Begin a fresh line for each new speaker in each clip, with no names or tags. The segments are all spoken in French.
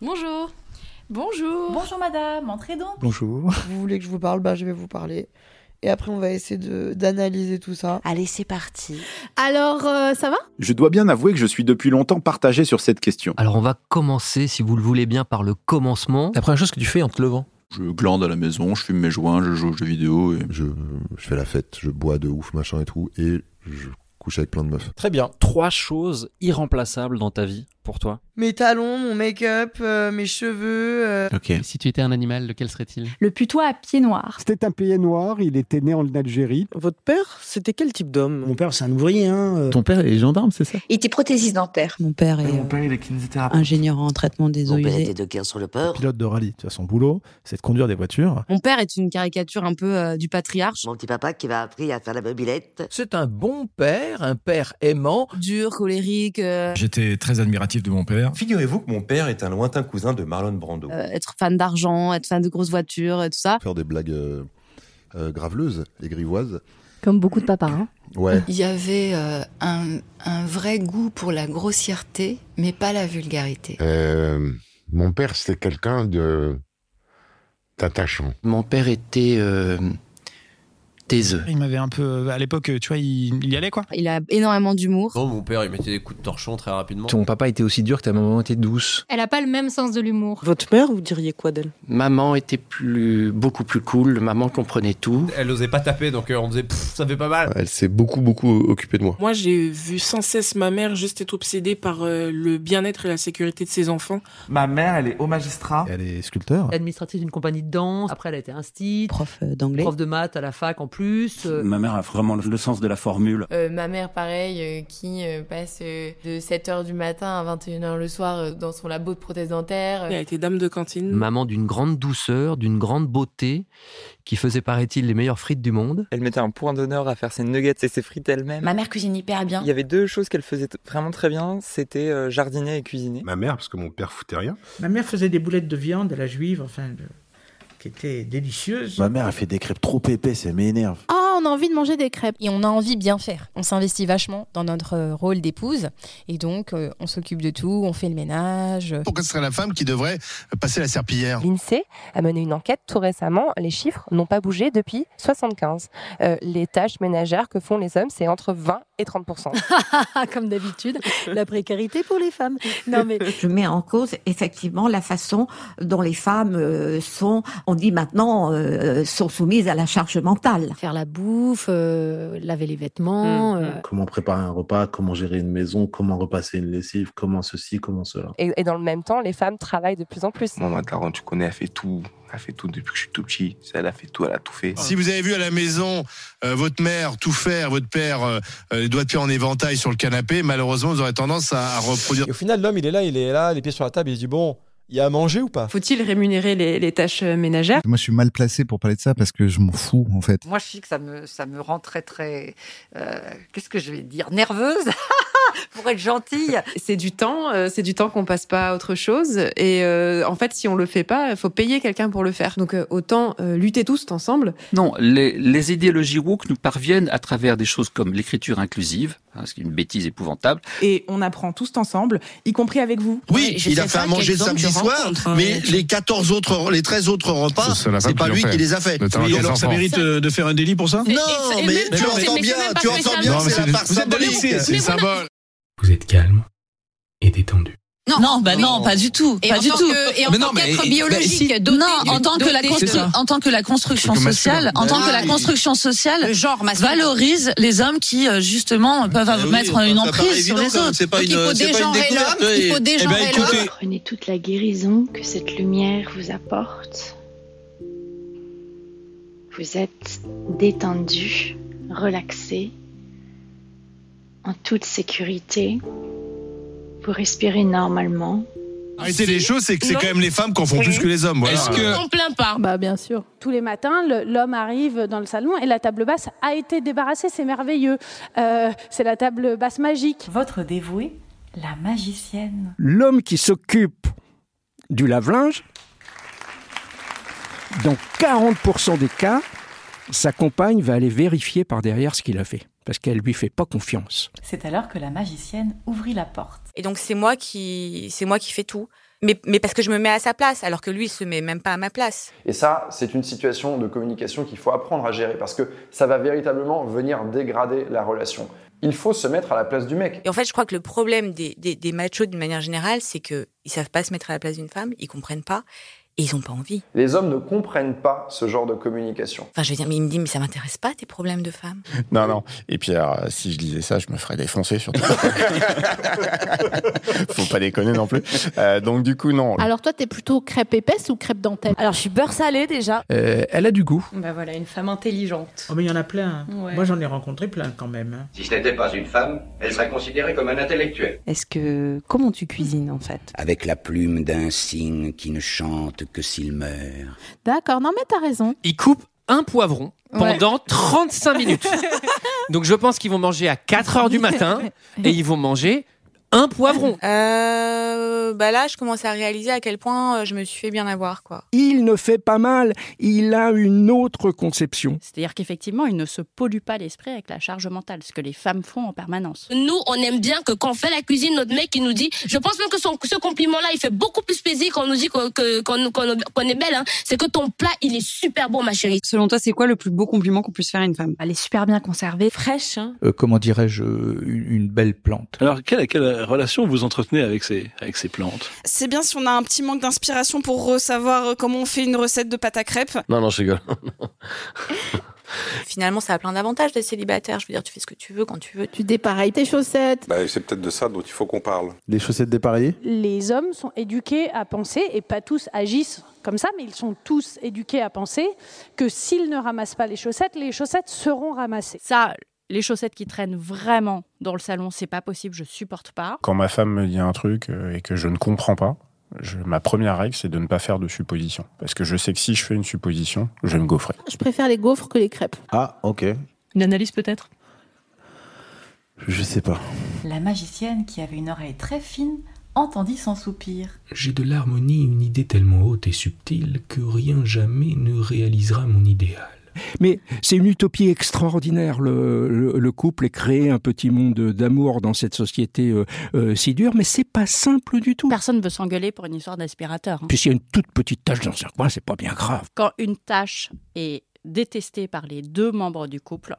Bonjour.
Bonjour.
Bonjour madame, entrez donc.
Bonjour.
Vous voulez que je vous parle Bah, je vais vous parler. Et après, on va essayer de- d'analyser tout ça.
Allez, c'est parti.
Alors, euh, ça va
Je dois bien avouer que je suis depuis longtemps partagé sur cette question.
Alors on va commencer, si vous le voulez bien, par le commencement.
La première chose que tu fais en te levant.
Je glande à la maison, je fume mes joints, je joue aux jeux vidéo et...
Je, je fais la fête, je bois de ouf, machin et tout, et je couche avec plein de meufs.
Très bien. Trois choses irremplaçables dans ta vie, pour toi.
Mes talons, mon make-up, euh, mes cheveux. euh,
Ok.
Si tu étais un animal, lequel serait-il
Le putois à pied noir.
C'était un pays noir, il était né en Algérie.
Votre père, c'était quel type d'homme
Mon père, c'est un ouvrier, hein. euh.
Ton père est gendarme, c'est ça
Il était prothésiste dentaire.
Mon père est
Mon père, il est
Ah.
kinésithérapeute.
ingénieur en traitement des eaux
On peut
usées.
être de guerre sur le port.
Pilote de rallye, tu as son boulot, c'est de conduire des voitures.
Mon père est une caricature un peu euh, du patriarche,
Mon petit papa qui m'a appris à faire la mobilette.
C'est un bon père, un père aimant.
dur, colérique, euh,
J'étais très admiratif de mon père.
Figurez-vous que mon père est un lointain cousin de Marlon Brando.
euh, être fan d'argent, être fan de grosses voitures, euh, tout ça.
Faire des blagues euh, euh, graveleuses et grivoises.
Comme beaucoup de papas. Hein.
Ouais.
Il y avait euh, un, un vrai goût pour la grossièreté, mais pas la vulgarité.
Euh, mon père, c'était quelqu'un de d'attachant.
Mon père était taiseux.
Il m'avait un peu. euh, À l'époque, tu vois, il, il y allait quoi.
Il a énormément d'humour.
Non, mon père, il mettait des coups de torchon très rapidement.
Ton papa était aussi dur que ta maman était douce.
Elle n'a pas le même sens de l'humour.
Votre mère, vous diriez quoi d'elle
Maman était plus, beaucoup plus cool. Maman comprenait tout.
Elle osait pas taper, donc euh, on disait, Pff, ça fait pas mal.
Elle s'est beaucoup, beaucoup occupée de moi.
Moi, j'ai vu sans cesse ma mère juste être obsédée par euh, le bien-être et la sécurité de ses enfants.
Ma mère, elle est au magistrat.
Elle est sculpteur.
Administratrice d'une compagnie de danse. Après, elle a été instite.
Prof euh, d'anglais.
Prof de maths à la fac en plus. Euh,
Ma mère a vraiment le sens de la formule.
Euh, ma mère, pareil, euh, qui euh, passe euh, de 7h du matin à 21h le soir euh, dans son labo de prothèse dentaire.
Elle a été dame de cantine.
Maman d'une grande douceur, d'une grande beauté, qui faisait, paraît-il, les meilleures frites du monde.
Elle mettait un point d'honneur à faire ses nuggets et ses frites elle-même.
Ma mère cuisine hyper bien.
Il y avait deux choses qu'elle faisait vraiment très bien, c'était jardiner et cuisiner.
Ma mère, parce que mon père foutait rien.
Ma mère faisait des boulettes de viande à la juive, enfin, de- qui étaient délicieuses.
Ma mère, elle fait des crêpes trop épais, ça m'énerve.
Ah, on a envie de manger des crêpes.
Et on a envie de bien faire. On s'investit vachement dans notre euh, rôle d'épouse. Et donc, euh, on s'occupe de tout, on fait le ménage.
Pourquoi ce serait la femme qui devrait passer la serpillière
L'INSEE a mené une enquête tout récemment. Les chiffres n'ont pas bougé depuis 75. les tâches ménagères que font les hommes, c'est entre 20 et 30 Ah,
Comme d'habitude, la précarité pour les femmes. Non mais
Je mets en cause effectivement la façon dont les femmes euh, sont, on dit maintenant, euh, sont soumises à la charge mentale.
Faire la bouffe, euh, laver les
Mmh,
vêtements.
Mm,
euh,
Comment préparer un repas, comment gérer une maison, comment repasser une lessive, comment ceci, comment cela.
et, dans le même temps, les femmes travaillent de plus en plus.
Moi, ma daronne, tu connais, elle fait tout. Elle fait tout depuis que je suis tout petit. Elle a fait tout, elle a tout fait.
Si vous avez vu à la maison votre mère tout faire, votre père les doigts de pied en éventail sur le canapé, malheureusement, vous aurez tendance à, reproduire.
Et au final, l'homme, il est là, il est là, les pieds sur la table, il se dit, bon, il y a à manger ou pas
faut-il rémunérer les, les tâches euh, ménagères
Moi, je suis mal placé pour parler de ça parce que je m'en fous, en fait.
Moi, je suis que ça me, ça me rend très, très. euh, Qu'est-ce que je vais dire Nerveuse Pour être gentille.
C'est du temps, euh, c'est du temps qu'on passe pas à autre chose. Et euh, en fait, si on le fait pas, il faut payer quelqu'un pour le faire. Donc euh, autant euh, lutter tous ensemble.
Non, les, les idéologies woke nous parviennent à travers des choses comme l'écriture inclusive, hein, ce qui est une bêtise épouvantable.
Et on apprend tous ensemble, y compris avec vous.
Oui, je il a sais fait pas à manger quel exemple samedi tu soir,
hein.
rencontres, mais ouais.
les 14 autres, les 13 autres
Ah.
repas,
C'est- c'est la femme qui en fait.
les a fait.
Ne t'arrête
Oui,
pas,
alors,
enfant.
mérite, euh,
de faire un délit pour ça
Non,
Et- et-
mais
et-
tu
mais-
entends
mais
bien,
c'est même pas
tu entends
spécialement-
bien, c'est la part
Vous êtes de
symbolique.
lycée,
Mais voilà.
Vous êtes calme et détendu.
Non,
bah
non,
pas du tout.
pas du tout.
et en
Mais non,
tant
mais-
qu'être
bah,
biologique,
si.
doté
Non,
du-
en tant, que la
doté
constru-
de-
en tant que la construction
C'est que masculin.
sociale, en
Bah
tant que
oui.
la construction sociale
Ah le genre masculin.
valorise les hommes qui euh, justement peuvent
Ah oui,
mettre
ça
une
paraît
emprise sur
évident,
les
quand même,
autres.
C'est pas
Donc, il
une-
faut
c'est pas une
dégenrer
découverte,
l'homme, il
et-
faut dégenrer
eh ben, écoutez,
l'homme.
Prenez toute la guérison que cette lumière vous apporte. Vous êtes détendu, relaxé, en toute sécurité. Vous respirez normalement.
Arrêtez les choses, c'est que c'est
Non.
quand même les femmes qui en font plus que les hommes. Voilà. Euh,
Est-ce que-
On plaint pas.
Bah, bien sûr.
Tous les matins, le- l'homme arrive dans le salon et la table basse a été débarrassée. C'est merveilleux. Euh, c'est la table basse magique.
Votre dévouée, la magicienne.
L'homme qui s'occupe du lave-linge, dans 40% des cas, sa compagne va aller vérifier par derrière ce qu'il a fait. Parce qu'elle lui fait pas confiance.
C'est alors que la magicienne ouvrit la porte.
Et donc, c'est moi qui, c'est moi qui fais tout. mais, mais parce que je me mets à sa place, alors que lui, il se met même pas à ma place.
Et ça, c'est une situation de communication qu'il faut apprendre à gérer parce que ça va véritablement venir dégrader la relation. Il faut se mettre à la place du mec.
Et en fait, je crois que le problème des, des, des machos, d'une manière générale, c'est qu'ils savent pas se mettre à la place d'une femme, ils comprennent pas, et ils ont pas envie.
Les hommes ne comprennent pas ce genre de communication.
Enfin, je veux dire, mais il me dit, mais ça m'intéresse pas tes problèmes de femme.
Non, non. Et puis, alors, Ah, si je disais ça, je me ferais défoncer surtout. Faut pas déconner non plus. Euh, donc, du coup, non.
Alors toi, t'es plutôt crêpe épaisse ou crêpe dentelle
Alors je suis beurre salé déjà.
Euh, elle a du goût.
Bah voilà, une femme intelligente.
Oh, mais il y en a plein.
Ouais.
Moi, j'en ai rencontré plein quand même. hein.
Si ce n'était pas une femme, elle serait considérée comme un intellectuel.
Est-ce que comment tu cuisines en fait
Avec la plume d'un cygne qui ne chante que s'il meurt.
D'accord, non mais t'as raison.
Ils coupent un poivron
Ouais.
pendant 35 minutes. Donc je pense qu'ils vont manger à 4 heures du matin et ils vont manger un poivron.
Euh, bah là, je commence à réaliser à quel point euh, je me suis fait bien avoir, quoi.
Il ne fait pas mal, il a une autre conception.
C'est-à-dire qu'effectivement, il ne se pollue pas l'esprit avec la charge mentale, ce que les femmes font en permanence.
Nous, on aime bien que quand on fait la cuisine, notre mec, il nous dit. Je pense même que son- ce compliment-là, il fait beaucoup plus plaisir quand on nous dit qu'on que- qu'on- qu'on- qu'on est belle. hein. C'est que ton plat, il est super bon, ma chérie.
Selon toi, c'est quoi le plus beau compliment qu'on puisse faire à une femme Elle est super bien conservée, fraîche.
Euh, comment dirais-je, euh, une une belle plante.
Alors, quelle, quelle relation vous entretenez avec ces, avec ces plantes
C'est bien si on a un petit manque d'inspiration pour savoir comment on fait une recette de pâte à crêpes.
Non, non, je rigole.
Finalement, ça a plein d'avantages d'être célibataire. Je veux dire, tu fais ce que tu veux quand tu veux.
Tu dépareilles tes chaussettes.
c'est peut-être de ça dont il faut qu'on parle.
Les chaussettes dépareillées
Les hommes sont éduqués à penser, et pas tous agissent comme ça, mais ils sont tous éduqués à penser que s'ils ne ramassent pas les chaussettes, les chaussettes seront ramassées. Ça, les chaussettes qui traînent vraiment dans le salon, c'est pas possible, je supporte pas.
Quand ma femme me dit un truc euh, et que je ne comprends pas, je- ma première règle, c'est de ne pas faire de supposition. Parce que je sais que si je fais une supposition, je vais me gaufrer.
Je préfère les gaufres que les crêpes.
Ah, ok.
Une analyse peut-être
Je sais pas.
La magicienne, qui avait une oreille très fine, entendit son soupir.
J'ai de l'harmonie une idée tellement haute et subtile que rien jamais ne réalisera mon idéal.
Mais c'est une utopie extraordinaire, le, le- le couple, et créer un petit monde d'amour dans cette société euh, euh, si dure, mais c'est pas simple du tout.
Personne ne veut s'engueuler pour une histoire d'aspirateur. hein.
Puis s'il y a une toute petite tache dans un coin, c'est pas bien grave.
Quand une tâche est détestée par les deux membres du couple,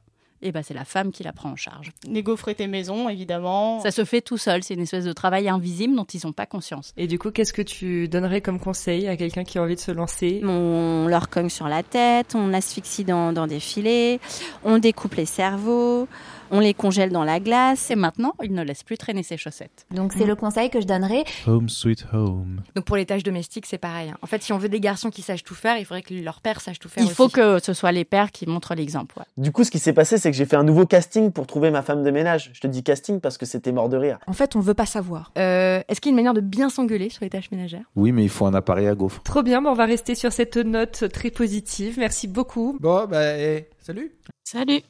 eh ben c'est la femme qui la prend en charge.
Les gaufres et tes maisons, évidemment.
Ça se fait tout seul, c'est une espèce de travail invisible dont ils n'ont pas conscience.
Et du coup, qu'est-ce que tu donnerais comme conseil à quelqu'un qui a envie de se lancer
On leur cogne sur la tête, on asphyxie dans, dans des filets, on découpe les cerveaux, on les congèle dans la glace. Et maintenant, ils ne laissent plus traîner ses chaussettes.
Donc c'est le conseil que je donnerais.
Home sweet home.
Donc pour les tâches domestiques, c'est pareil. hein. En fait, si on veut des garçons qui sachent tout faire, il faudrait que leur père sache tout faire
Il
aussi.
faut que ce soit les pères qui montrent l'exemple. ouais.
Du coup, ce qui s'est passé, c'est que j'ai fait un nouveau casting pour trouver ma femme de ménage. Je te dis casting parce que c'était mort de rire.
En fait, on veut pas savoir. Euh, Est-ce qu'il y a une manière de bien s'engueuler sur les tâches ménagères
Oui, mais il faut un appareil à gaufres.
Trop bien, on va rester sur cette note très positive. Merci beaucoup.
Bon, bah, salut.
Salut